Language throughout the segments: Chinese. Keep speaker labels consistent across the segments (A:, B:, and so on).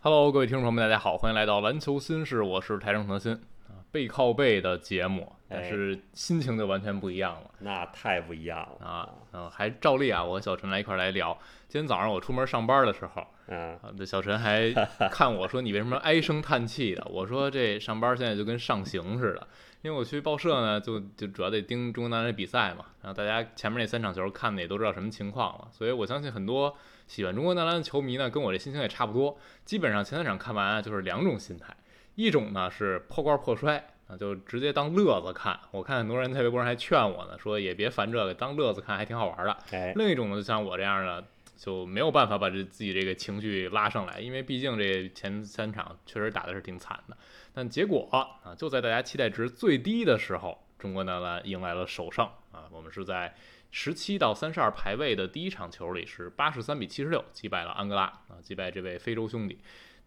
A: Hello，各位听众朋友们，大家好，欢迎来到篮球新事，我是台中德新啊，背靠背的节目，但
B: 哎
A: 是心情就完全不一样了。
B: 那太不一样了
A: 啊，嗯、还照例啊，我和小陈来一块儿来聊。今天早上我出门上班的时候，
B: 嗯，
A: 啊，这小陈还看我说你为什么唉声叹气的？我说这上班现在就跟上刑似的，因为我去报社呢，就就主要得盯中国男篮比赛嘛。然后大家前面那三场球看的也都知道什么情况了，所以我相信很多喜欢中国男篮的球迷呢，跟我这心情也差不多。基本上前三场看完啊，就是两种心态，一种呢是破罐破摔。啊，就直接当乐子看。我看很多人在微博上还劝我呢，说也别烦这个，当乐子看还挺好玩的。
B: 哎，
A: 另一种呢，就像我这样的，就没有办法把这自己这个情绪拉上来，因为毕竟这前三场确实打的是挺惨的。但结果啊，就在大家期待值最低的时候，中国男篮迎来了首胜啊！我们是在十七到三十二排位的第一场球里是八十三比七十六击败了安哥拉啊，击败这位非洲兄弟。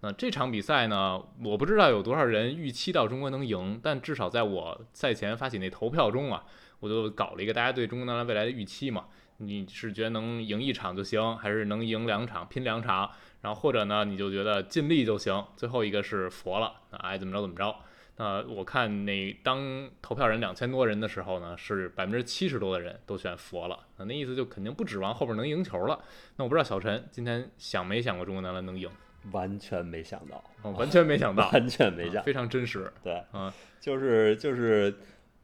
A: 那这场比赛呢，我不知道有多少人预期到中国能赢，但至少在我赛前发起那投票中啊，我就搞了一个大家对中国男篮未来的预期嘛。你是觉得能赢一场就行，还是能赢两场拼两场？然后或者呢，你就觉得尽力就行。最后一个是佛了，那爱怎么着怎么着。那我看那当投票人两千多人的时候呢，是百分之七十多的人都选佛了，那那意思就肯定不指望后边能赢球了。那我不知道小陈今天想没想过中国男篮能赢？
B: 完全没想到，
A: 哦，完全没想到，
B: 完全 没想
A: 啊，非常真实。
B: 对，
A: 嗯，
B: 就是就是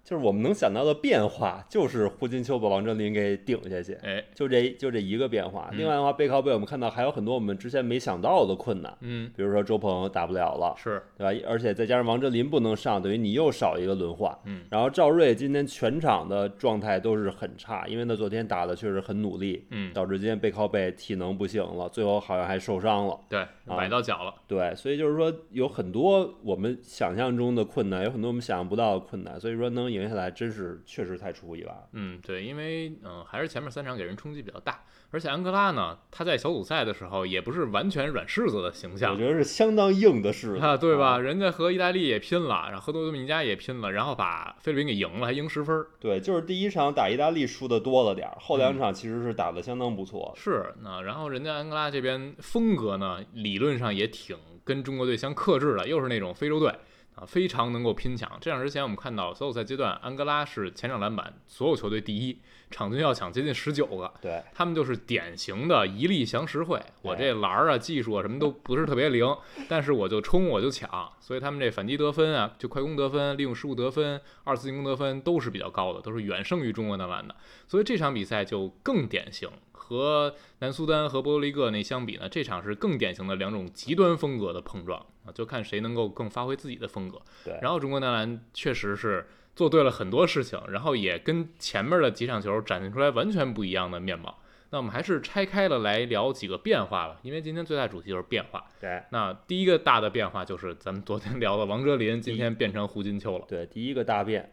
B: 就是我们能想到的变化，就是胡金秋把王哲林给顶下去，
A: 哎，
B: 就这就这一个变化。
A: 嗯
B: 另外的话，背靠背我们看到还有很多我们之前没想到的困难，
A: 嗯，
B: 比如说周鹏打不了了，
A: 是，
B: 对吧？而且再加上王哲林不能上，等于你又少一个轮换。
A: 嗯，
B: 然后赵睿今天全场的状态都是很差，因为他昨天打的确实很努力，
A: 嗯，
B: 导致今天背靠背体能不行了，最后好像还受伤了。
A: 对，崴到脚了。
B: 对，所以就是说有很多我们想象中的困难，有很多我们想象不到的困难，所以说能赢下来，真是确实太出乎意外了。
A: 嗯，对，因为嗯、呃还是前面三场给人冲击比较大，而且安哥拉呢，他在小组赛的时候也不是完全软柿子的形
B: 我
A: 象
B: 觉得是相当硬 的势
A: 啊，对吧？？人家和意大利也拼了，然后和多米尼加也拼了，然后把菲律宾给赢了，还赢十分儿。
B: 对，就是第一场打意大利输的多了点儿，后两场其实是打的相当不错。
A: 是，那然后人家安哥拉这边风格呢，理论上也挺跟中国队相克制的，又是那种非洲队啊，非常能够拼抢。这场之前我们看到小组赛阶段，安哥拉是前场篮板所有球队第一，场均要抢接近十九个，
B: 对，
A: 他们就是典型的一力降十会。我
B: 对
A: 这篮儿啊、技术啊什么都不是特别灵，但是我就冲，我就抢，所以他们这反击得分啊，就快攻得分、利用失误得分、二次进攻得分都是比较高的，都是远胜于中国男篮的。所以这场比赛就更典型，和南苏丹和波多黎各那相比呢，这场是更典型的两种极端风格的碰撞啊，就看谁能够更发挥自己的风格。
B: 对
A: 然后中国男篮确实是做对了很多事情，然后也跟前面的几场球展现出来完全不一样的面貌。那我们还是拆开了来聊几个变化吧，因为今天最大主题就是变化。
B: 对，
A: 那第一个大的变化就是咱们昨天聊的王哲林，今天变成胡金秋了。
B: 对，第一个大变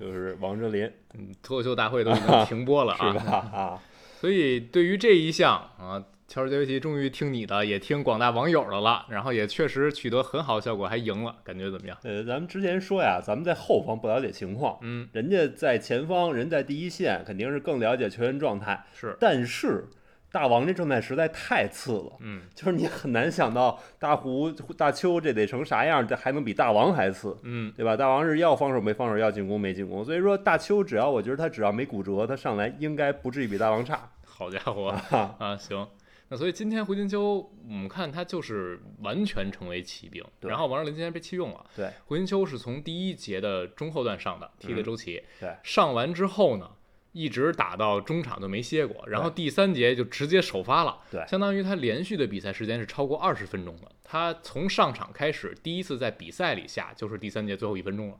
B: 就是王哲林，
A: 嗯，脱口秀大会都已经停播了
B: 是吧？
A: 啊，
B: 啊，
A: 所以对于这一项啊，乔治杰维奇终于听你的，也听广大网友的了，然后也确实取得很好效果，还赢了，感觉怎么样？
B: 呃，咱们之前说呀，咱们在后方不了解情况，
A: 嗯，
B: 人家在前方，人在第一线，肯定是更了解球员状态。
A: 是，
B: 但是大王这状态实在太次了，
A: 嗯
B: 就是你很难想到大胡、大邱这得成啥样，这还能比大王还次，
A: 嗯，
B: 对吧？大王是要防守没防守，要进攻没进攻，所以说大邱只要我觉得他只要没骨折，他上来应该不至于比大王差。
A: 好家伙啊，行。那所以今天胡金秋，我们看他就是完全成为骑兵，
B: 对
A: 然后王哲林今天被弃用了。
B: 对，
A: 胡金秋是从第一节的中后段上的，踢的
B: 嗯
A: 周琦、
B: 对
A: 上完之后呢，一直打到中场就没歇过，然后第三节就直接首发了。
B: 对
A: 相当于他连续的比赛时间是超过二十分钟的。他从上场开始，第一次在比赛里下就是第三节最后一分钟了。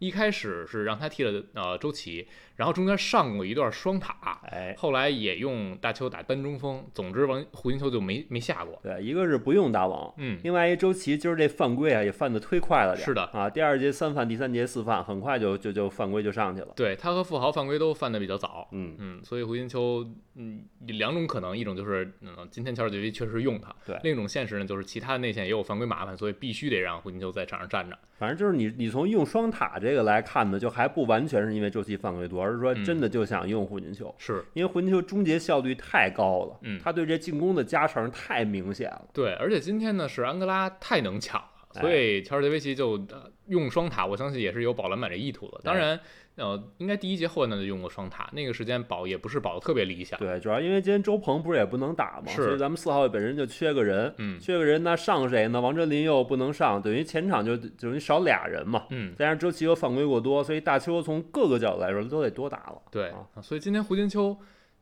A: 一开始是让他踢了呃周琦，然后中间上过一段双塔，
B: 哎，
A: 后来也用大邱打单中锋。总之，王胡金秋就没没下过。
B: 对，一个是不用大王。
A: 嗯，
B: 另外一周琦今儿这犯规啊，也犯的忒快了点儿。
A: 是的
B: 啊，第二节三犯，第三节四犯，很快就就就犯规就上去了。
A: 对他和富豪犯规都犯的比较早。
B: 嗯，
A: 嗯，所以胡金秋，嗯，两种可能，一种就是，嗯，今天乔尔杰维确实用他，
B: 对
A: 另一种现实呢，就是其他内线也有犯规麻烦，所以必须得让胡金秋在场上站着。
B: 反正就是你你从用双塔这这个来看呢，就还不完全是因为周琦犯规多，而是说
A: 嗯
B: 真的就想用混进球，
A: 是
B: 因为混进球终结效率太高了，
A: 嗯
B: 他对这进攻的加成太明显了。
A: 对，而且今天呢是安哥拉太能抢了，
B: 哎
A: 所以乔尔德维奇就、呃用双塔，我相信也是有保篮板这意图的。当
B: 哎
A: 然，呃，应该第一节后半段就用过双塔，那个时间保也不是保的特别理想。
B: 对，主要因为今天周鹏不是也不能打嘛，
A: 嗯是
B: 所以咱们四号位本身就缺个人，
A: 嗯
B: 缺个人那上谁呢？王哲林又不能上，等于前场就等于少俩人嘛。
A: 嗯，
B: 再加上周琦又犯规过多，所以大邱从各个角度来说都得多打了。
A: 对
B: 啊，
A: 所以今天胡金秋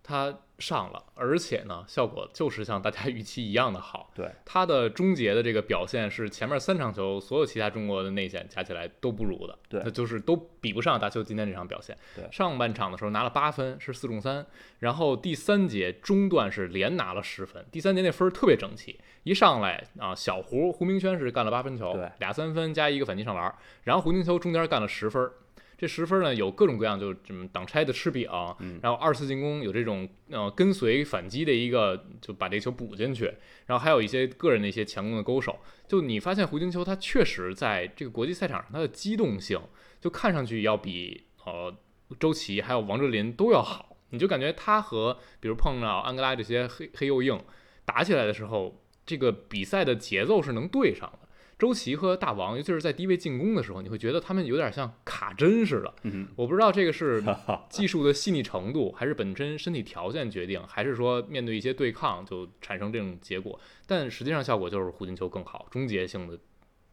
A: 他上了，而且呢效果就是像大家预期一样的好。
B: 对，
A: 他的终结的这个表现是前面三场球所有其他中国的内线加起来都不如的，
B: 对
A: 那就是都比不上大邱今天这场表现。
B: 对
A: 上半场的时候拿了八分，是四中三，然后第三节中段是连拿了十分，第三节那分儿特别争气，一上来啊，小胡胡明轩是干了八分球
B: 对，
A: 俩三分加一个反击上篮儿，然后胡金秋中间干了十分儿。这十分儿呢，有各种各样，就是什么挡拆的吃饼，
B: 嗯
A: 然后二次进攻有这种呃跟随反击的一个，就把这球补进去，然后还有一些个人的一些强攻的勾手。就你发现胡金秋他确实在这个国际赛场上，他的机动性就看上去要比呃周琦还有王哲林都要好，你就感觉他和比如碰到安哥拉这些黑黑又硬打起来的时候，这个比赛的节奏是能对上的。周琦和大王，尤其是在低位进攻的时候，你会觉得他们有点像卡针似的。
B: 嗯，
A: 我不知道这个是
B: 哈哈，
A: 技术的细腻程度，还是本身身体条件决定，还是说面对一些对抗就产生这种结果？但实际上效果就是胡金秋更好，终结性的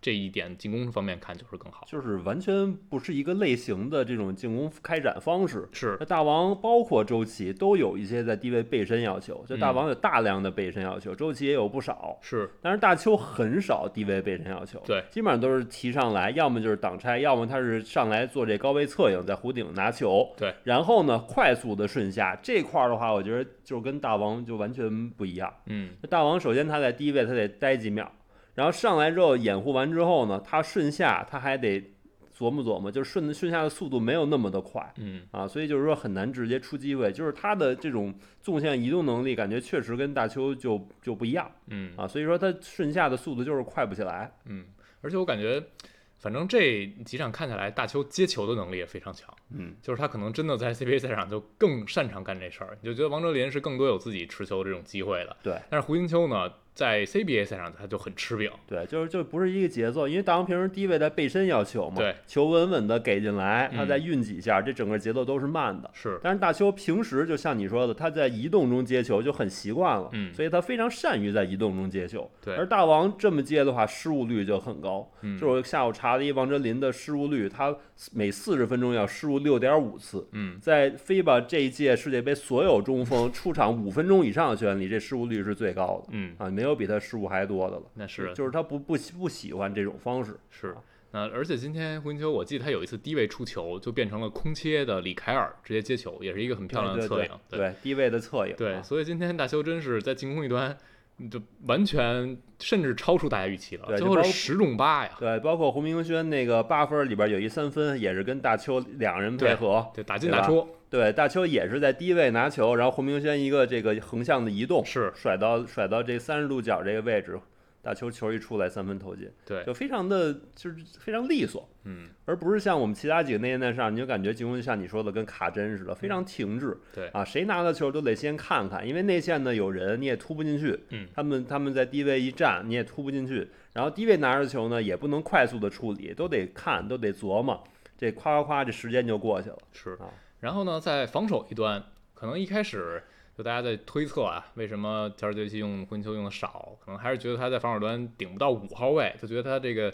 A: 这一点进攻方面看就是更好。
B: 就是完全不是一个类型的这种进攻开展方式。
A: 是
B: 那大王包括周琦都有一些在低位背身要求，就大
A: 嗯
B: 王有大量的背身要求，周琦也有不少。
A: 是，
B: 但是大邱很少低位背身要求，
A: 对，
B: 基本上都是提上来，要么就是挡拆，要么他是上来做这高位侧影，在弧顶拿球，
A: 对，
B: 然后呢快速的顺下这块儿的话，我觉得就跟大王就完全不一样。
A: 嗯，
B: 大王首先他在低位他得待几秒，然后上来之后掩护完之后呢，他顺下他还得琢磨琢磨，就是顺顺下的速度没有那么的快。
A: 嗯，
B: 啊，所以就是说很难直接出机会，就是他的这种纵向移动能力，感觉确实跟大邱就就不一样。
A: 嗯，
B: 啊，所以说他顺下的速度就是快不起来。
A: 嗯，而且我感觉，反正这几场看下来，大邱接球的能力也非常强。
B: 嗯，
A: 就是他可能真的在 CBA 赛场就更擅长干这事儿，你就觉得王哲林是更多有自己持球这种机会的。
B: 对，
A: 但是胡金秋呢，在 CBA 赛场他就很吃饼。
B: 对，就是就不是一个节奏，因为大王平时低位在背身要求嘛，
A: 对，
B: 球稳稳的给进来，他
A: 嗯
B: 再运几下，这整个节奏都是慢的。
A: 是，
B: 但是大邱平时就像你说的，他在移动中接球就很习惯了，
A: 嗯
B: 所以他非常善于在移动中接球。
A: 对
B: 而大王这么接的话，失误率就很高。
A: 嗯
B: 就是我下午查了一王哲林的失误率，他每四十分钟要失误六点五次，
A: 嗯，
B: 在 FIBA 这一届世界杯所有中锋出场五分钟以上的球员里，这失误率是最高的
A: 嗯，
B: 啊，没有比他失误还多的了。
A: 那是
B: 就是他不不喜不喜欢这种方式。
A: 是。那而且今天胡金秋，我记得他有一次低位出球，就变成了空切的李凯尔直接接球，也是一个很漂亮的
B: 对
A: 侧
B: 对
A: 影。
B: 对低位的侧影啊，
A: 对，所以今天大修真是在进攻一端就完全甚至超出大家预期了，
B: 对
A: 最
B: 就
A: 后
B: 包
A: 是
B: 括
A: 十中八呀。
B: 对，包括胡明轩那个八分里边有一三分，也是跟大邱两人配合。
A: 对，打进
B: 对
A: 打
B: 吧
A: 出
B: 对，大邱也是在低位拿球，然后胡明轩一个这个横向的移动，
A: 是
B: 甩到甩到这三十度角这个位置，大邱球一出来三分投进，
A: 对，
B: 就非常的就是非常利索。
A: 嗯，
B: 而不是像我们其他几个内线在上，你就感觉进攻就像你说的跟卡针似的，非常停滞。
A: 嗯对
B: 啊，谁拿到球都得先看看，因为内线呢有人你也突不进去，
A: 嗯，
B: 他们他们在低位一站你也突不进去，然后低位拿着球呢也不能快速的处理，都得看，都得琢磨，这夸夸夸这时间就过去了。
A: 是
B: 啊。
A: 然后呢，在防守一端，可能一开始就大家在推测啊，为什么乔尔杰西用混球用的少，可能还是觉得他在防守端顶不到五号位，就觉得他这个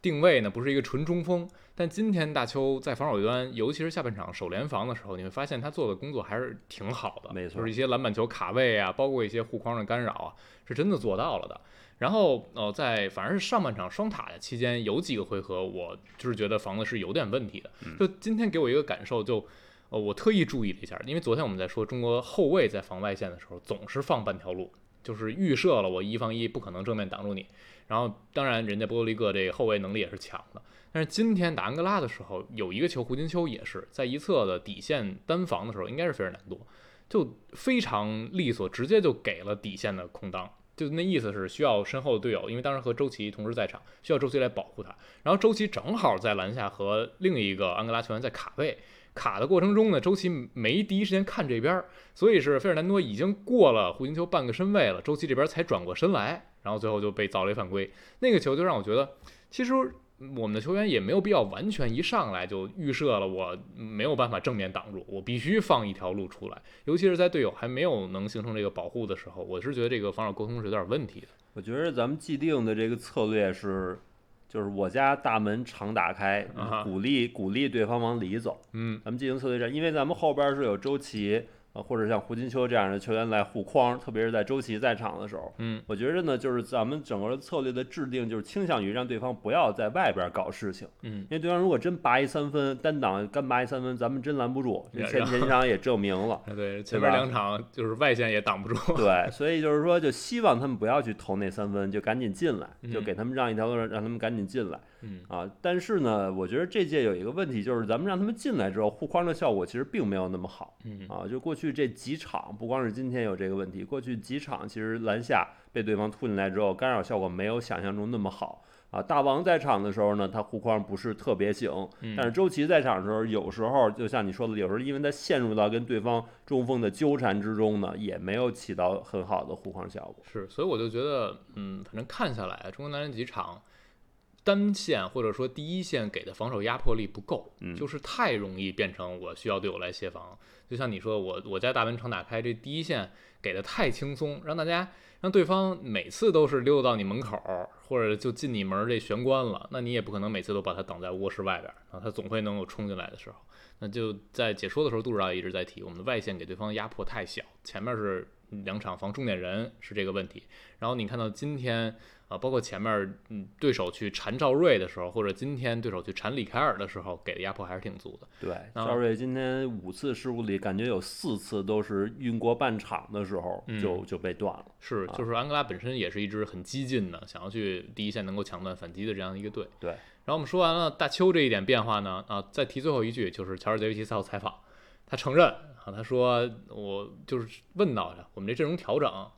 A: 定位呢不是一个纯中锋。但今天大邱在防守端，尤其是下半场首联防的时候，你会发现他做的工作还是挺好的，
B: 没错
A: 就是一些篮板球卡位啊，包括一些护框的干扰啊，是真的做到了的。然后呃，在反而是上半场双塔的期间，有几个回合我就是觉得防的是有点问题的。
B: 嗯
A: 就今天给我一个感受，就呃，我特意注意了一下，因为昨天我们在说中国后卫在防外线的时候，总是放半条路，就是预设了我一防一不可能正面挡住你。然后当然，人家波多黎各这个后卫能力也是强的。但是今天打安哥拉的时候，有一个球胡金秋也是在一侧的底线单防的时候，应该是费尔南多，就非常利索，直接就给了底线的空当。就那意思是需要身后的队友，因为当时和周琦同时在场，需要周琦来保护他。然后周琦正好在篮下和另一个安哥拉球员在卡位，卡的过程中呢，周琦没第一时间看这边，所以是费尔南多已经过了胡金秋半个身位了，周琦这边才转过身来，然后最后就被造了一犯规。那个球就让我觉得，其实我们的球员也没有必要完全一上来就预设了我没有办法正面挡住，我必须放一条路出来。尤其是在队友还没有能形成这个保护的时候，我是觉得这个防守沟通是有点问题的。
B: 我觉得咱们既定的这个策略是，就是我家大门常打开
A: 啊哈，
B: 鼓励鼓励对方往里走。
A: 嗯，
B: 咱们进行策略战，因为咱们后边是有周琦啊，或者像胡金秋这样的球员来护框，特别是在周琦在场的时候。
A: 嗯，
B: 我觉着呢，就是咱们整个策略的制定，就是倾向于让对方不要在外边搞事情。
A: 嗯，
B: 因为对方如果真拔一三分，单挡干拔一三分，咱们真拦不住。这
A: 也。
B: 前前几场也证明了
A: 啊对，前面两场就是外线也挡不住。
B: 对，所以就是说，就希望他们不要去投那三分，就赶紧进来，就
A: 嗯
B: 给他们让一条路，让他们赶紧进来
A: 嗯
B: 啊。但是呢，我觉得这届有一个问题，就是咱们让他们进来之后，护框的效果其实并没有那么好。
A: 嗯
B: 啊，就过去这几场，不光是今天有这个问题，过去几场其实篮下被对方突进来之后，干扰效果没有想象中那么好啊。大王在场的时候呢，他护框不是特别行，
A: 嗯，
B: 但是周琦在场的时候，有时候就像你说的，有时候因为他陷入到跟对方中锋的纠缠之中呢，也没有起到很好的护框效果。
A: 是，所以我就觉得，嗯，反正看下来，中国男篮几场单线或者说第一线给的防守压迫力不够，
B: 嗯
A: 就是太容易变成我需要队友来协防。就像你说，我我家大门常打开，这第一线给的太轻松，让大家让对方每次都是溜到你门口，或者就进你门儿这玄关了，那你也不可能每次都把他挡在卧室外边儿，啊，他总会能有冲进来的时候。那就在解说的时候，杜指导也一直在提，我们的外线给对方压迫太小，前面是两场防重点人是这个问题。然后你看到今天啊、包括前面嗯对手去缠赵睿的时候，或者今天对手去缠李凯尔的时候，给的压迫还是挺足的。
B: 对，
A: 啊
B: 赵睿今天五次失误里，感觉有四次都是晕过半场的时候
A: 嗯
B: 就就被断了。
A: 是，
B: 啊
A: 就是安哥拉本身也是一支很激进的，想要去第一线能够抢断反击的这样一个队。
B: 对
A: 然后我们说完了大邱这一点变化呢，啊，再提最后一句，就是乔治·杰维奇赛后采访，他承认啊，他说我就是问到了我们这阵容调整啊，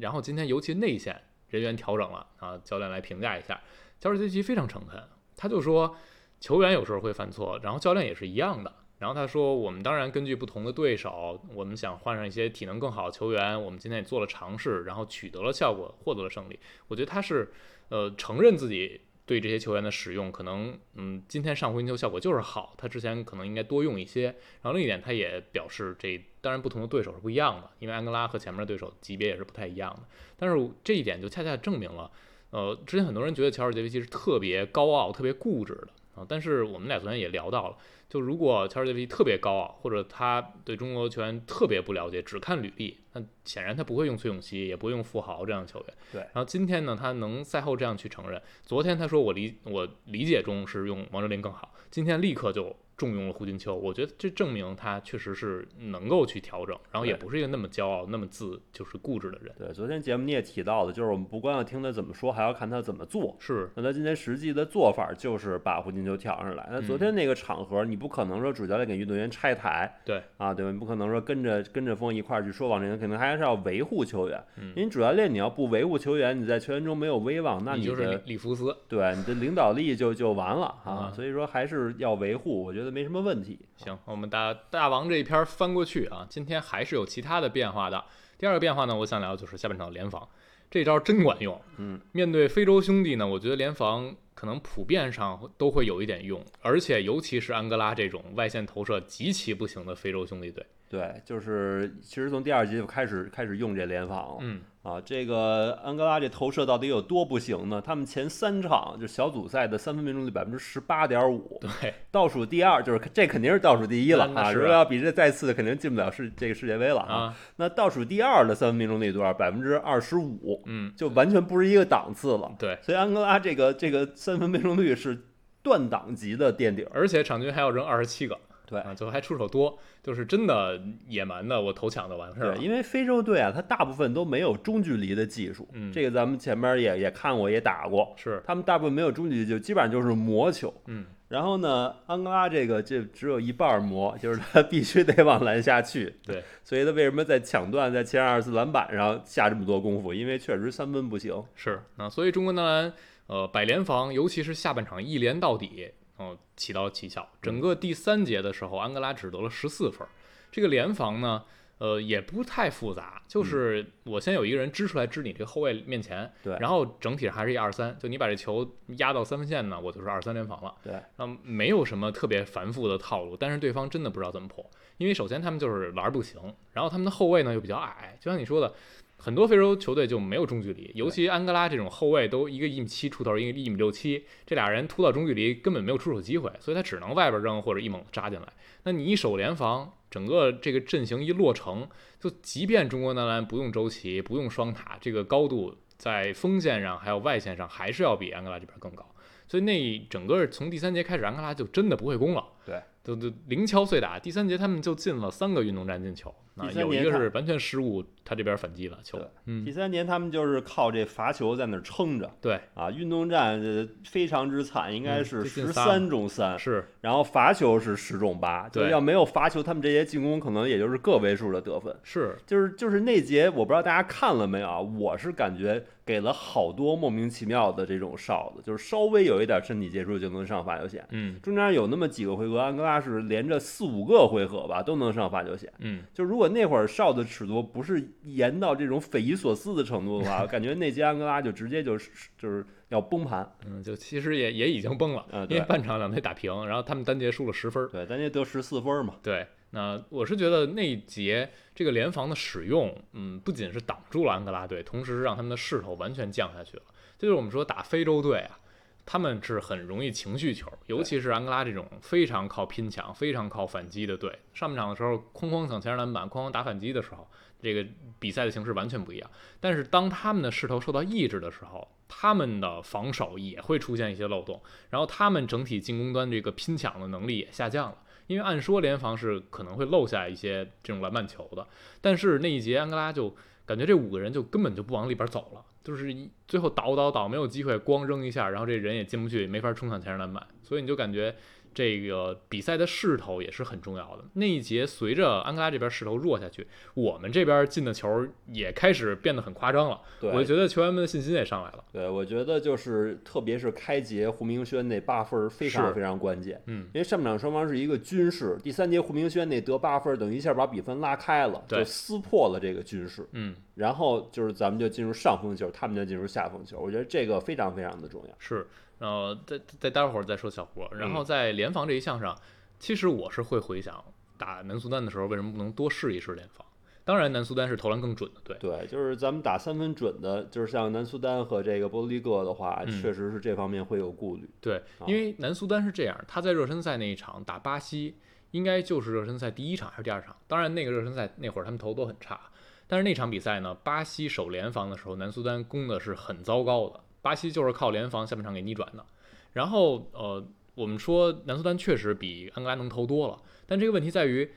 A: 然后今天尤其内线人员调整了啊，教练来评价一下，乔治·杰维奇非常诚恳，他就说球员有时候会犯错，然后教练也是一样的。然后他说，我们当然根据不同的对手，我们想换上一些体能更好的球员，我们今天也做了尝试，然后取得了效果，获得了胜利。我觉得他是呃承认自己对这些球员的使用，可能嗯，今天上回进球效果就是好，他之前可能应该多用一些。然后另一点，他也表示这当然不同的对手是不一样的，因为安哥拉和前面的对手级别也是不太一样的。但是这一点就恰恰证明了，呃，之前很多人觉得乔尔杰维奇是特别高傲、特别固执的啊，但是我们俩昨天也聊到了。就如果乔尔杰维奇特别高啊傲，或者他对中国球员特别不了解，只看履历，那显然他不会用崔永熙，也不会用富豪这样的球员。然后今天呢，他能赛后这样去承认。昨天他说我理我理解中是用王哲林更好，今天立刻就重用了胡金秋。我觉得这证明他确实是能够去调整，然后也
B: 对
A: 不是一个那么骄傲、那么自就是固执的人。
B: 对，昨天节目你也提到了，就是我们不光要听他怎么说，还要看他怎么做。
A: 是，
B: 那他今天实际的做法就是把胡金秋挑上来。那昨
A: 嗯
B: 天那个场合，你不可能说主教练给运动员拆台，
A: 对
B: 啊，对吧？你不可能说跟着跟着风一块儿去说王哲林，肯定还是要维护球员。
A: 嗯
B: 因为主教练你要不维护球员，你在球员中没有威望，那
A: 你就
B: 的
A: 是里里弗斯。
B: 对你的领导力就就完了啊。
A: 嗯
B: 所以说还是要维护，我觉得没什么问题。
A: 行，我们大大王这一篇翻过去啊，今天还是有其他的变化的。第二个变化呢，我想聊就是下半场联防，这招真管用。
B: 嗯，
A: 面对非洲兄弟呢，我觉得联防可能普遍上都会有一点用，而且尤其是安哥拉这种外线投射极其不行的非洲兄弟队。
B: 对，就是其实从第二集就开始开始用这联防了。
A: 嗯
B: 啊，这个安哥拉这投射到底有多不行呢？他们前三场就小组赛的三分命中率百分之十八点五，
A: 对，
B: 倒数第二，就是这肯定是倒数第一了
A: 那那
B: 啊！
A: 是啊
B: 如果要比这再次，肯定进不了世这个世界杯了啊。
A: 啊，
B: 那倒数第二的三分命中率多少？百分之二十五，
A: 嗯，
B: 就完全不是一个档次了。
A: 对，
B: 所以安哥拉这个这个三分命中率是断档级的垫底儿。
A: 而且场均还要扔二十七个，
B: 对
A: 啊，最后还出手多，就是真的野蛮的，我投抢就完事儿
B: 对，
A: 了。
B: 因为非洲队啊，它大部分都没有中距离的技术，
A: 嗯
B: 这个咱们前面也也看过，也打过，
A: 是，
B: 他们大部分没有中距离，就基本上就是磨球。
A: 嗯，
B: 然后呢，安哥拉这个这只有一半魔，就是他必须得往篮下去。
A: 对，
B: 所以他为什么在抢断、在前二十四篮板上下这么多功夫？因为确实三分不行。
A: 是啊，所以中国男篮呃百联防，尤其是下半场一连到底，哦、起到奇效。整个第三节的时候，安哥拉只得了十四分。这个联防呢，呃也不太复杂，
B: 嗯
A: 就是我先有一个人支出来支你这个后卫面前，
B: 对
A: 然后整体上还是一二三，就你把这球压到三分线呢，我就是二三联防了。
B: 对，
A: 那没有什么特别繁复的套路，但是对方真的不知道怎么破，因为首先他们就是篮儿不行，然后他们的后卫呢又比较矮，就像你说的，很多非洲球队就没有中距离，尤其安哥拉这种后卫都一个一米七出头，一个一米六七，这俩人突到中距离根本没有出手机会，所以他只能外边扔或者一猛扎进来。那你一手联防，整个这个阵型一落成，就即便中国男篮不用周琦，不用双塔，这个高度在锋线上还有外线上还是要比安哥拉这边更高。所以那整个从第三节开始，安哥拉就真的不会攻了，
B: 对，
A: 都都零敲碎打。第三节他们就进了三个运动战进球，那
B: 第三
A: 有一
B: 节
A: 个
B: 他
A: 是完全失误，他这边反击了球
B: 对，
A: 嗯，
B: 第三年他们就是靠这罚球在那儿撑着
A: 对，
B: 啊。运动战呃非常之惨，应该
A: 嗯
B: 是
A: 就进
B: 十
A: 仨
B: 三中三，
A: 是
B: 然后罚球是十中八，就
A: 对
B: 要没有罚球，他们这些进攻可能也就是个位数的得分。
A: 是，
B: 就是就是那节，我不知道大家看了没有啊？我是感觉给了好多莫名其妙的这种哨子，就是稍微有一点身体接触就能上罚球线。
A: 嗯
B: 中间有那么几个回合，安哥拉是连着四五个回合吧，都能上罚球线。
A: 嗯，
B: 就如果那会儿哨的尺度不是严到这种匪夷所思的程度的 话，我感觉那节安哥拉就直接就是就是要崩盘。
A: 嗯，就其实也也已经崩了，
B: 啊
A: 因
B: 对
A: 为半场两队打平，然后他们单节输了十分儿。
B: 对，咱这得十四分嘛。
A: 对，那我是觉得那一节这个联防的使用，嗯，不仅是挡住了安哥拉队，同时是让他们的势头完全降下去了。这就是我们说打非洲队啊，他们是很容易情绪球，尤其是安哥拉这种非常靠拼抢、非常靠反击的队。上半场的时候，哐哐抢前篮板，哐哐打反击的时候，这个比赛的形式完全不一样。但是当他们的势头受到抑制的时候，他们的防守也会出现一些漏洞，然后他们整体进攻端这个拼抢的能力也下降了。因为按说联防是可能会漏下一些这种篮板球的，但是那一节安哥拉就感觉这五个人就根本就不往里边走了，就是一最后倒倒倒没有机会，光扔一下，然后这人也进不去，没法冲上前人篮板，所以你就感觉这个比赛的势头也是很重要的。那一节随着安哥拉这边势头弱下去，我们这边进的球也开始变得很夸张了，
B: 对，
A: 我就觉得球员们的信心也上来了。
B: 对，我觉得就是特别是开节胡明轩那八分儿非
A: 是
B: 常非常关键，
A: 嗯，
B: 因为上半场双方是一个均势，第三节胡明轩那得八分儿，等于一下把比分拉开了，
A: 对
B: 就撕破了这个均势，
A: 嗯，
B: 然后就是咱们就进入上风球，他们就进入下风球，我觉得这个非常非常的重要。
A: 是，然后再再待会儿再说小胡，然后在联防这一项上，其实我是会回想打南苏丹的时候为什么不能多试一试联防。当然，南苏丹是投篮更准的，对，
B: 对，就是咱们打三分准的，就是像南苏丹和这个波多黎各的话，
A: 嗯
B: 确实是这方面会有顾虑。
A: 对，
B: 啊
A: 因为南苏丹是这样，他在热身赛那一场打巴西，应该就是热身赛第一场还是第二场？当然，那个热身赛那会儿他们投都很差，但是那场比赛呢，巴西守联防的时候，南苏丹攻的是很糟糕的，巴西就是靠联防下半场给逆转的。然后呃，我们说南苏丹确实比安哥拉能投多了，但这个问题在于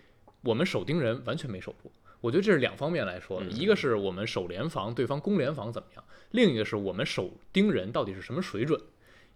A: 我们守盯人完全没守住。我觉得这是两方面来说的，
B: 嗯
A: 一个是我们守联防，对方攻联防怎么样；另一个是我们守盯人到底是什么水准。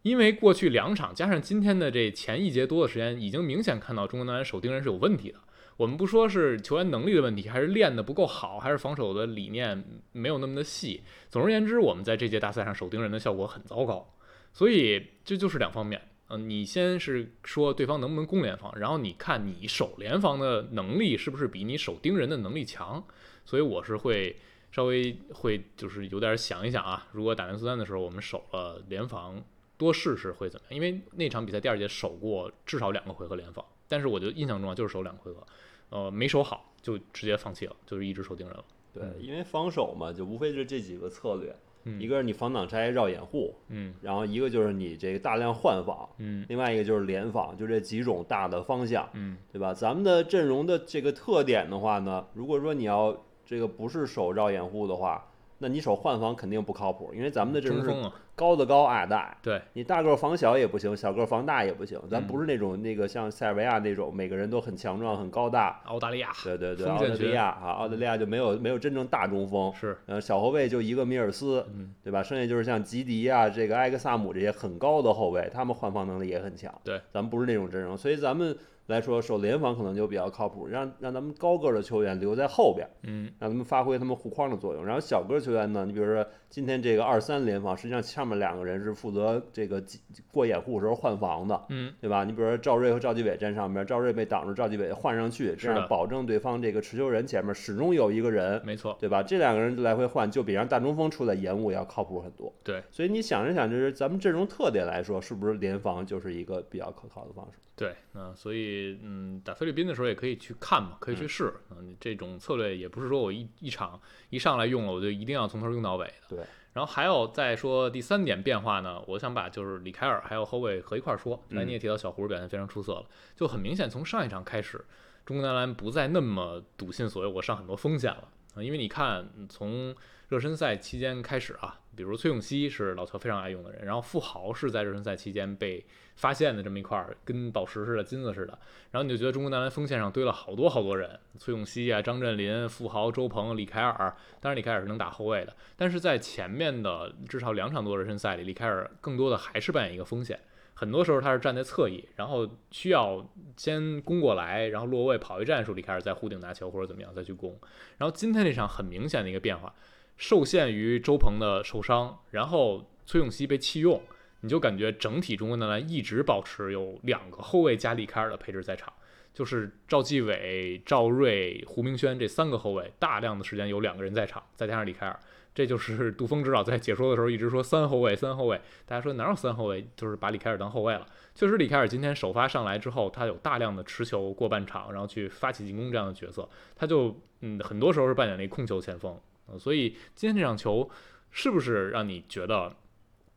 A: 因为过去两场加上今天的这前一节多的时间，已经明显看到中国男篮守盯人是有问题的。我们不说是球员能力的问题，还是练得不够好，还是防守的理念没有那么的细。总而言之，我们在这届大赛上守盯人的效果很糟糕，所以这就是两方面。嗯，你先是说对方能不能攻联防，然后你看你守联防的能力是不是比你守盯人的能力强。所以我是会稍微会就是有点想一想啊，如果打南苏丹的时候我们守了联防，多试试会怎么样？因为那场比赛第二节守过至少两个回合联防，但是我就印象中啊就是守两个回合，呃，没守好就直接放弃了，就是一直守盯人了。
B: 对
A: 嗯，
B: 因为防守嘛，就无非是这几个策略，
A: 嗯
B: 一个是你防挡拆绕掩护，
A: 嗯
B: 然后一个就是你这个大量换防，
A: 嗯
B: 另外一个就是联防，就这几种大的方向，
A: 嗯，
B: 对吧？咱们的阵容的这个特点的话呢，如果说你要这个不是守绕掩护的话，那你守换防肯定不靠谱，因为咱们的阵
A: 中
B: 容是
A: 锋啊，
B: 高的高，矮的矮。
A: 对，
B: 你大个儿防小也不行，小个儿防大也不行。咱
A: 嗯
B: 不是那种那个像塞尔维亚那种每个人都很强壮、很高大。
A: 澳大利亚
B: 对对对，
A: 锋
B: 澳
A: 线
B: 大利
A: 群
B: 亚啊，澳大利亚就没有没有真正大中锋，
A: 是，
B: 呃，小后卫就一个米尔斯，
A: 嗯，
B: 对吧？剩下就是像吉迪啊，这个埃克萨姆这些很高的后卫，他们换防能力也很强。
A: 对，
B: 咱们不是那种阵容，所以咱们来说守联防可能就比较靠谱，让让咱们高个儿的球员留在后边，
A: 嗯，
B: 让他们发挥他们护框的作用。然后小个儿球员呢，你比如说今天这个二三联防，实际上上面两个人是负责这个几过掩护时候换防的。
A: 嗯，
B: 对吧？你比如说赵睿和赵继伟站上边，赵睿被挡住，赵继伟换上去，
A: 是
B: 这
A: 的
B: 样保证对方这个持球人前面始终有一个人
A: 没错，
B: 对吧？这两个人来回换，就比让大中锋出来延误要靠谱很多。
A: 对，
B: 所以你想着想着，就是咱们阵容特点来说，是不是联防就是一个比较可靠的方式？
A: 对，那所以嗯，打菲律宾的时候也可以去看嘛，可以去试。嗯，这种策略也不是说我一一场一上来用了，我就一定要从头用到尾的。
B: 对。
A: 然后还有再说第三点变化呢，我想把就是里凯尔还有后卫合一块儿说。刚才
B: 嗯
A: 你也提到小胡表现非常出色了，就很明显从上一场开始，中国男篮不再那么笃信所谓我上很多风险了啊，因为你看嗯从热身赛期间开始啊，比如崔永熙是老乔非常爱用的人，然后富豪是在热身赛期间被发现的这么一块儿跟宝石似的、金子似的，然后你就觉得中国男篮锋线上堆了好多好多人，崔永熙啊、张镇麟、富豪、周鹏、李凯尔，当然李凯尔是能打后卫的，但是在前面的至少两场多热身赛里，李凯尔更多的还是扮演一个锋线。很多时候他是站在侧翼，然后需要先攻过来，然后落位跑一战术，里凯尔再护顶拿球或者怎么样再去攻。然后今天这场很明显的一个变化，受限于周鹏的受伤，然后崔永熙被弃用，你就感觉整体中国男篮一直保持有两个后卫加里凯尔的配置在场，就是赵继伟、赵睿、胡明轩这三个后卫，大量的时间有两个人在场，再加上里凯尔。这就是 杜峰指导在解说的时候一直说三后卫，三后卫。大家说哪有三后卫？就是把里凯尔当后卫了。确实，里凯尔今天首发上来之后，他有大量的持球过半场，然后去发起进攻这样的角色，他就嗯很多时候是扮演了一控球前锋、呃所以今天这场球是不是让你觉得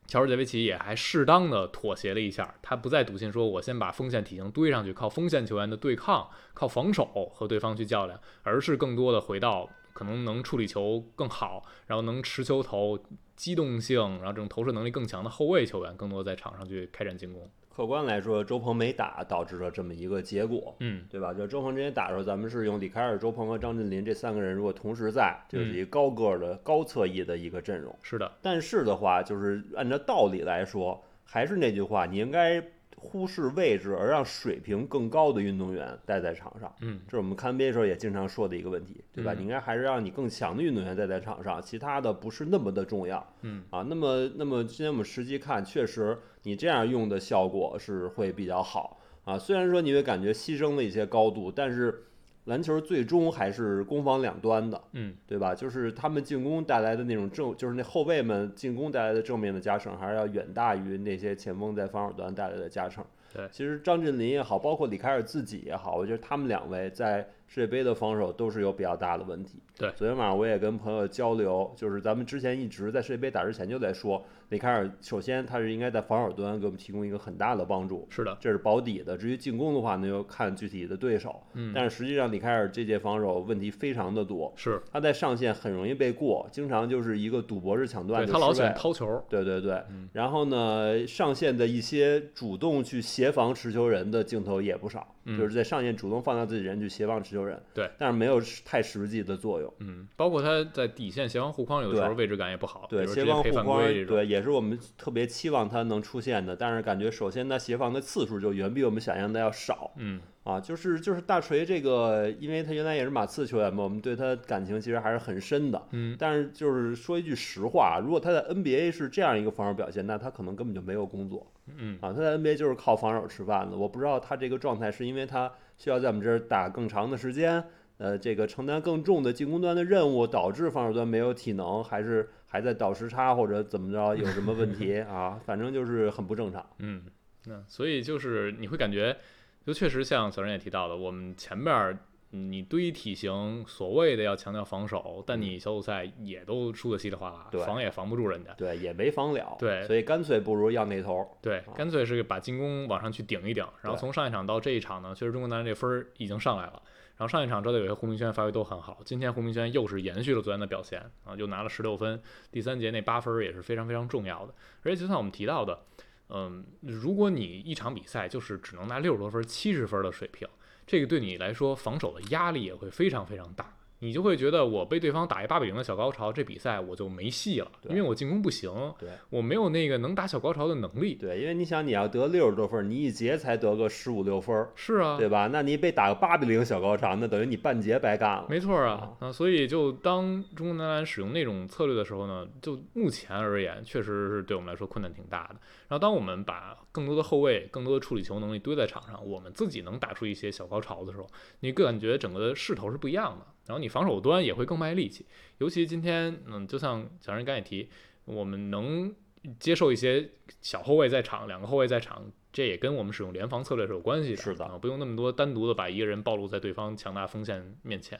A: 乔治杰维奇也还适当的妥协了一下？他不再笃信说我先把锋线体型堆上去，靠锋线球员的对抗、靠防守和对方去较量，而是更多的回到。可能能处理球更好，然后能持球投，机动性，然后这种投射能力更强的后卫球员，更多在场上去开展进攻。
B: 客观来说，周鹏没打导致了这么一个结果，
A: 嗯，
B: 对吧？就周鹏之前打的时候，咱们是用里凯尔、周鹏和张镇麟这三个人，如果同时在，这就是一个高个儿的、高侧翼的一个阵容。
A: 是的，
B: 但是的话，就是按照道理来说，还是那句话，你应该忽视位置，而让水平更高的运动员待在场上。
A: 嗯，
B: 这是我们看 NBA 时候也经常说的一个问题，对吧？
A: 嗯
B: 你应该还是让你更强的运动员待在场上，其他的不是那么的重要。
A: 嗯
B: 啊，那么那么今天我们实际看，确实你这样用的效果是会比较好啊。虽然说你会感觉牺牲了一些高度，但是篮球最终还是攻防两端的。
A: 嗯，
B: 对吧？就是他们进攻带来的那种正，就是那后卫们进攻带来的正面的加成，还是要远大于那些前锋在防守端带来的加成。
A: 对
B: 其实张镇麟也好，包括李凯尔自己也好，我觉得他们两位在世界杯的防守都是有比较大的问题。
A: 对
B: 昨天晚上我也跟朋友交流，就是咱们之前一直在世界杯打之前就在说，李凯尔首先他是应该在防守端给我们提供一个很大的帮助，
A: 是的，
B: 这是保底的。至于进攻的话，那就看具体的对手。
A: 嗯
B: 但是实际上李凯尔这届防守问题非常的多。
A: 是
B: 他在上线很容易被过，经常就是一个赌博式抢断
A: 对
B: 就
A: 他老
B: 失
A: 喜
B: 败
A: 欢
B: 了
A: 掏球。嗯
B: 对对对，然后呢，上线的一些主动去协防持球人的镜头也不少，
A: 嗯
B: 就是在上线主动放下自己人去协防持球人，
A: 对，
B: 但是没有太实际的作用。
A: 嗯，包括他在底线协防护框，有的时候
B: 对
A: 位置感也不好，
B: 对，
A: 比如
B: 协
A: 直接
B: 防护
A: 配犯
B: 框
A: 规这种。
B: 对也是我们特别期望他能出现的，但是感觉首先他协防的次数就远比我们想象的要少
A: 嗯，
B: 啊，就是就是大锤这个，因为他原来也是马刺球员嘛，我们对他感情其实还是很深的，
A: 嗯，
B: 但是就是说一句实话，啊如果他在 NBA 是这样一个防守表现，那他可能根本就没有工作。
A: 嗯
B: 啊，他在 NBA 就是靠防守吃饭的。我不知道他这个状态是因为他需要在我们这儿打更长的时间，呃，这个承担更重的进攻端的任务，导致防守端没有体能，还是还在倒时差或者怎么着有什么问题 啊？反正就是很不正常。
A: 嗯，那所以就是你会感觉，就确实像小人也提到的，我们前面儿嗯你堆体型，所谓的要强调防守，但你小组赛也都输得稀里哗啦，
B: 对
A: 防也防不住人家。
B: 对，也没防了。
A: 对
B: 所以干脆不如要那头儿。
A: 对，干脆是把进攻往上去顶一顶，然后
B: 啊对
A: 从上一场到这一场呢，确实中国男篮这分儿已经上来了。然后上一场周德伟和胡明轩发挥都很好，今天胡明轩又是延续了昨天的表现啊，又拿了十六分。第三节那八分也是非常非常重要的。而且就像我们提到的，嗯，如果你一场比赛就是只能拿六十多分、七十分的水平，这个对你来说防守的压力也会非常非常大。你就会觉得我被对方打一八比零的小高潮，这比赛我就没戏了，
B: 对
A: 因为我进攻不行
B: 对，
A: 我没有那个能打小高潮的能力。
B: 对，因为你想，你要得六十多分儿，你一节才得个十五六分儿，
A: 是啊，
B: 对吧？那你被打个八比零小高潮，那等于你半节白干了。
A: 没错儿啊，啊，所以就当中国男篮使用那种策略的时候呢，就目前而言，确实是对我们来说困难挺大的。然后，当我们把更多的后卫、更多的处理球能力堆在场上，我们自己能打出一些小高潮的时候，你感觉整个的势头是不一样的。然后你防守端也会更卖力气，尤其今天，嗯，就像小人刚才也提，我们能接受一些小后卫在场，两个后卫在场，这也跟我们使用联防策略是有关系的。
B: 是的
A: 啊，不用那么多单独的把一个人暴露在对方强大锋线面前。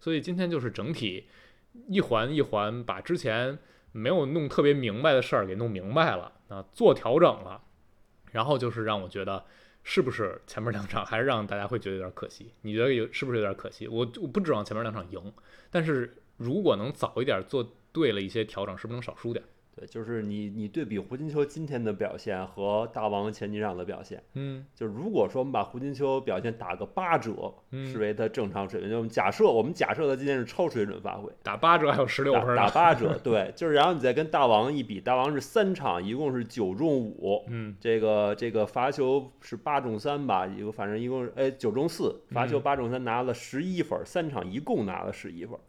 A: 所以今天就是整体一环一环把之前没有弄特别明白的事儿给弄明白了，啊，做调整了，然后就是让我觉得。是不是前面两场还是让大家会觉得有点可惜？你觉得有是不是有点可惜？我我不指望前面两场赢，但是如果能早一点做对了一些调整，是不是能少输点？
B: 对，就是你你对比胡金秋今天的表现和大王前几场的表现，
A: 嗯
B: 就如果说我们把胡金秋表现打个八折，
A: 嗯
B: 视为他正常水平，就我们假设我们假设他今天是超水准发挥，
A: 打八折还有十六分
B: 打打
A: 呢。
B: 八折，对，就是然后你再跟大王一比，大王是三场一共是九中五，
A: 嗯
B: 这个这个罚球是八中三吧，一个反正一共哎九中四，罚球
A: 嗯
B: 八中三拿了十一分儿，三场一共拿了十一分儿。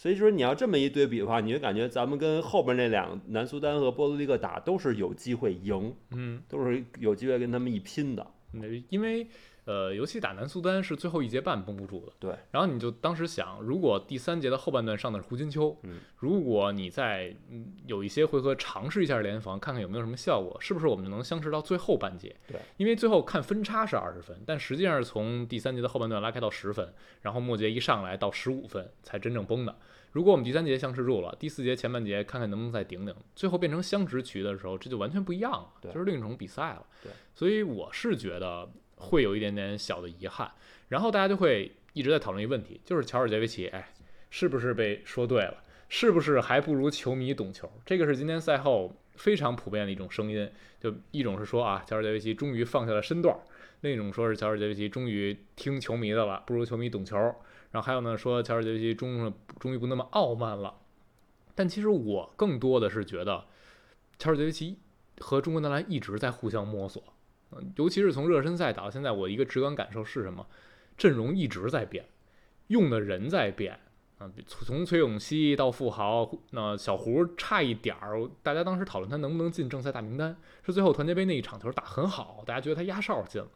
B: 所以说你要这么一对比的话，你就感觉咱们跟后边那两南苏丹和波多黎各打都是有机会赢，
A: 嗯，
B: 都是有机会跟他们一拼的。
A: 那嗯因为呃，尤其打南苏丹是最后一节半绷不住的。
B: 对。
A: 然后你就当时想，如果第三节的后半段上的是胡金秋，
B: 嗯
A: 如果你在嗯有一些回合尝试一下联防，看看有没有什么效果，是不是我们就能相持到最后半节？
B: 对，
A: 因为最后看分差是二十分，但实际上是从第三节的后半段拉开到十分，然后末节一上来到十五分才真正崩的。如果我们第三节相持住了，第四节前半节看看能不能再顶顶，最后变成相持局的时候，这就完全不一样了，
B: 对
A: 就是另一种比赛了。
B: 对，
A: 所以我是觉得会有一点点小的遗憾，然后大家就会一直在讨论一个问题，就是乔尔杰维奇，哎，是不是被说对了？是不是还不如球迷懂球？这个是今天赛后非常普遍的一种声音，就一种是说啊，乔尔杰维奇终于放下了身段儿；另一种说是乔尔杰维奇终于听球迷的了，不如球迷懂球。然后还有呢，说乔尔杰维奇终终于不那么傲慢了。但其实我更多的是觉得，乔尔杰维奇和中国男篮一直在互相摸索，嗯尤其是从热身赛打到现在，我一个直观感受是什么？阵容一直在变，用的人在变。啊，从从崔永熙到富豪，那小胡差一点儿，大家当时讨论他能不能进正赛大名单，是最后团结杯那一场球打很好，大家觉得他压哨进了。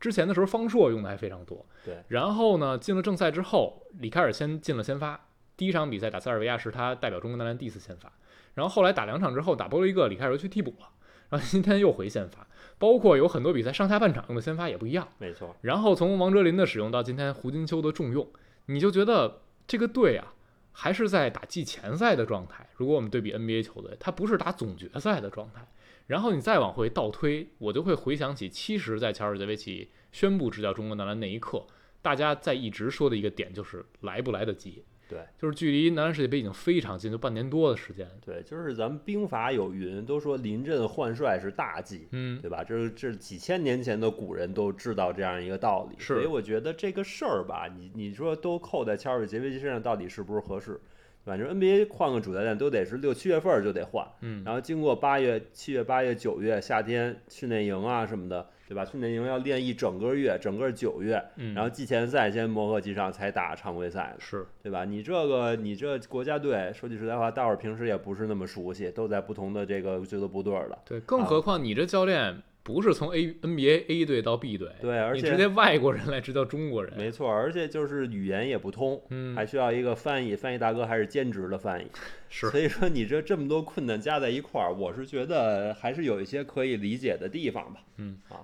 A: 之前的时候，方硕用的还非常多。
B: 对
A: 然后呢，进了正赛之后，里凯尔先进了先发，第一场比赛打塞尔维亚是他代表中国男篮第一次先发，然后后来打两场之后打波利克，里凯尔又去替补了，然后今天又回先发，包括有很多比赛上下半场用的先发也不一样。
B: 没错，
A: 然后从王哲林的使用到今天胡金秋的重用，你就觉得这个队啊，还是在打季前赛的状态。如果我们对比 NBA 球队，它不是打总决赛的状态。然后你再往回倒推，我就会回想起，其实，在乔尔杰维奇宣布执教中国男篮那一刻，大家在一直说的一个点就是来不来得及。
B: 对，
A: 就是距离男篮世界杯已经非常近，就半年多的时间。
B: 对，就是咱们兵法有云，都说临阵换帅是大忌。
A: 嗯，
B: 对吧？这是这是几千年前的古人都知道这样一个道理，
A: 是
B: 所以我觉得这个事儿吧，你你说都扣在乔尔杰维奇身上，到底是不是合适？反正 NBA 换个主教练都得是六七月份儿就得换，
A: 嗯
B: 然后经过八月、七月、八月、九月夏天训练营啊什么的，对吧？训练营要练一整个月，整个九月，
A: 嗯，
B: 然后季前赛先磨合几场才打常规赛呢，
A: 是
B: 对吧？你这个你这国家队，说句实在话，大伙儿平时也不是那么熟悉，都在不同的这个俱乐部队儿的，
A: 对，更何况你这教练不是从 A NBA A 队到 B 队，
B: 对，而
A: 你
B: 且
A: 直接外国人来指导中国人，
B: 没错，而且就是语言也不通，
A: 嗯，
B: 还需要一个翻译，翻译大哥还是兼职的翻译，
A: 是
B: 所以说你这这么多困难加在一块儿，我是觉得还是有一些可以理解的地方吧。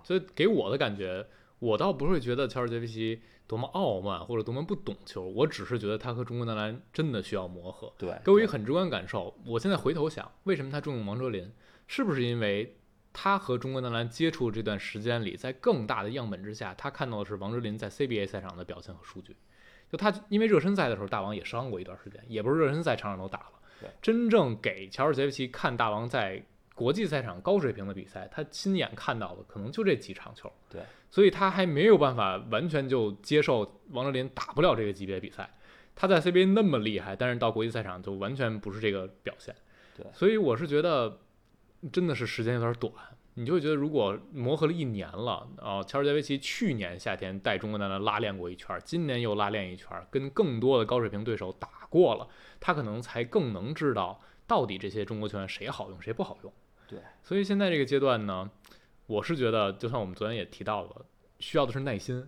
A: 所以给我的感觉，我倒不会觉得乔尔杰维奇多么傲慢或者多么不懂球，我只是觉得他和中国男篮真的需要磨合。
B: 对，
A: 给我一个很直观感受，我现在回头想，为什么他重用王哲林？是不是因为他和中国男篮接触这段时间里，在更大的样本之下，他看到的是王哲林在 CBA 赛场的表现和数据？就他因为热身赛的时候，大王也伤过一段时间，也不是热身赛场场都打
B: 对
A: 了。真正给乔尔杰维奇看大王在国际赛场高水平的比赛，他亲眼看到的可能就这几场球。
B: 对，
A: 所以他还没有办法完全就接受王哲林打不了这个级别比赛。他在 CBA 那么厉害，但是到国际赛场就完全不是这个表现。
B: 对
A: 所以我是觉得真的是时间有点短，你就会觉得如果磨合了一年了，啊、乔尔杰维奇去年夏天带中国男篮拉练过一圈，今年又拉练一圈，跟更多的高水平对手打过了，他可能才更能知道到底这些中国球员谁好用，谁不好用。
B: 对，
A: 所以现在这个阶段呢，我是觉得，就像我们昨天也提到了，需要的是耐心。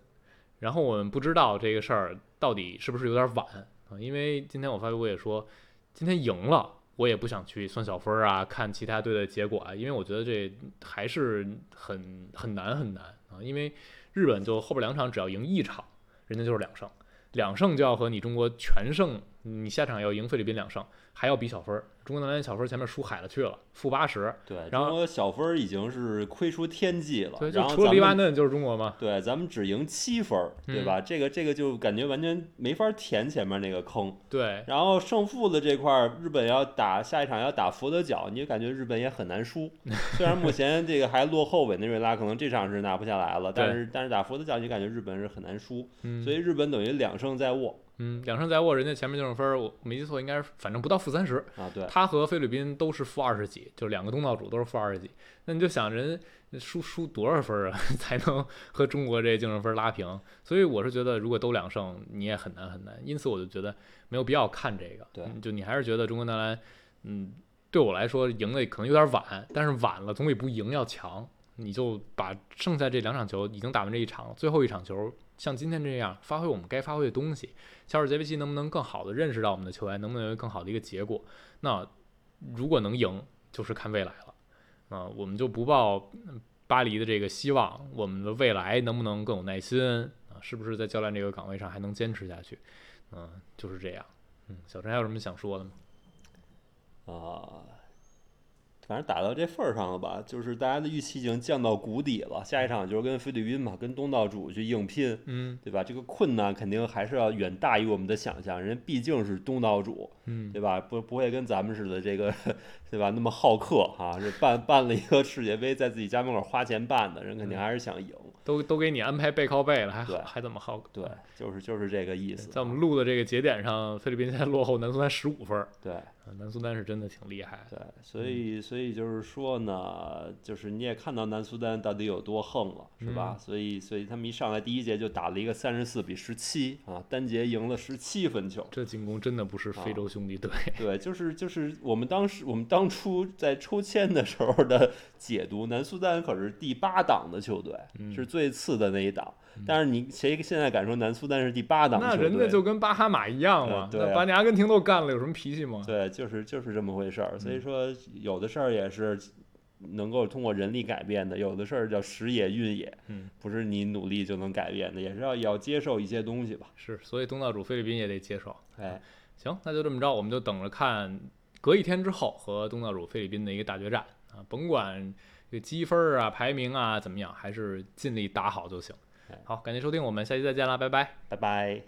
A: 然后我们不知道这个事儿到底是不是有点晚啊，因为今天我发微博也说，今天赢了，我也不想去算小分儿啊，看其他队的结果啊，因为我觉得这还是很很难很难啊，因为日本就后边两场只要赢一场，人家就是两胜，两胜就要和你中国全胜，你下场要赢菲律宾两胜，还要比小分儿，中国男篮小分儿前面输海了去了，负八十，
B: 对，
A: 然后
B: 中国小分儿已经是亏出天际了
A: 对，，
B: 然
A: 就
B: 后
A: 除了
B: 咱
A: 黎巴
B: 们
A: 嫩就是中国嘛，
B: 对，咱们只赢七分儿，对
A: 嗯
B: 吧？这个这个就感觉完全没法填前面那个坑。
A: 对，
B: 然后胜负的这块儿，日本要打下一场要打佛得角，你就感觉日本也很难输。虽然目前这个还落后委内瑞拉，可能这场是拿不下来了，但是但是打佛得角，你就感觉日本是很难输。
A: 嗯，
B: 所以日本等于两胜在握
A: 嗯，两胜在握，人家前面净胜分儿，我没记错，应该是反正不到负三十。
B: 啊，对
A: 他和菲律宾都是负二十几，就两个东道主都是负二十几。那你就想人输输多少分儿啊， 才能和中国这净胜分儿拉平？所以我是觉得，如果都两胜，你也很难很难。因此，我就觉得没有必要看这个。
B: 对
A: 嗯就你还是觉得中国男篮，嗯，对我来说赢的可能有点晚，但是晚了总比不赢要强。你就把剩下这两场球已经打完这一场，最后一场球像今天这样发挥我们该发挥的东西。乔尔杰维奇能不能更好的认识到我们的球员，能不能有更好的一个结果？那如果能赢，就是看未来了。啊、我们就不抱嗯巴黎的这个希望，我们的未来能不能更有耐心啊？是不是在教练这个岗位上还能坚持下去？嗯、就是这样。嗯，小陈还有什么想说的吗？
B: 啊。反正打到这份儿上了吧，就是大家的预期已经降到谷底了。下一场就是跟菲律宾嘛，跟东道主去硬拼。
A: 嗯
B: 对吧？这个困难肯定还是要远大于我们的想象，人家毕竟是东道主，
A: 嗯，
B: 对吧？不不会跟咱们似的这个，对吧？那么好客啊，这办办了一个世界杯，在自己家门口花钱办的，人肯定还是想赢。
A: 都都给你安排背靠背了，还
B: 对
A: 还怎么好？
B: 对，就是就是这个意思。
A: 在我们录的这个节点上，菲律宾现在落后南苏丹十五分儿，
B: 对
A: 啊南苏丹是真的挺厉害的。
B: 对，所以所以就是说呢，就是你也看到南苏丹到底有多横了，是吧？所以所以他们一上来第一节就打了一个三十四比十七啊，单节赢了十七分球。
A: 这进攻真的不是非洲兄 弟队，
B: 对，就是就是我们当时我们当初在抽签的时候的解读，南苏丹可是第八档的球队，
A: 嗯
B: 是最次的那一档。但是你谁现在敢说南苏丹是第八档球
A: 那
B: 队？
A: 人家就跟巴哈马一样
B: 呃
A: 嘛，
B: 对啊
A: 那把你阿根廷都干了，有什么脾气吗？
B: 对，就是就是这么回事儿。所
A: 嗯
B: 以说，有的事儿也是能够通过人力改变的，有的事儿叫时也运也，
A: 嗯
B: 不是你努力就能改变的，也是要也要接受一些东西吧。
A: 是，所以东道主菲律宾也得接受。
B: 哎，
A: 行，那就这么着，我们就等着看隔一天之后和东道主菲律宾的一个大决战啊，甭管这个积分儿啊、排名啊怎么样，还是尽力打好就行
B: 哎。
A: 好，感谢收听，我们下期再见啦，拜拜。
B: 拜拜。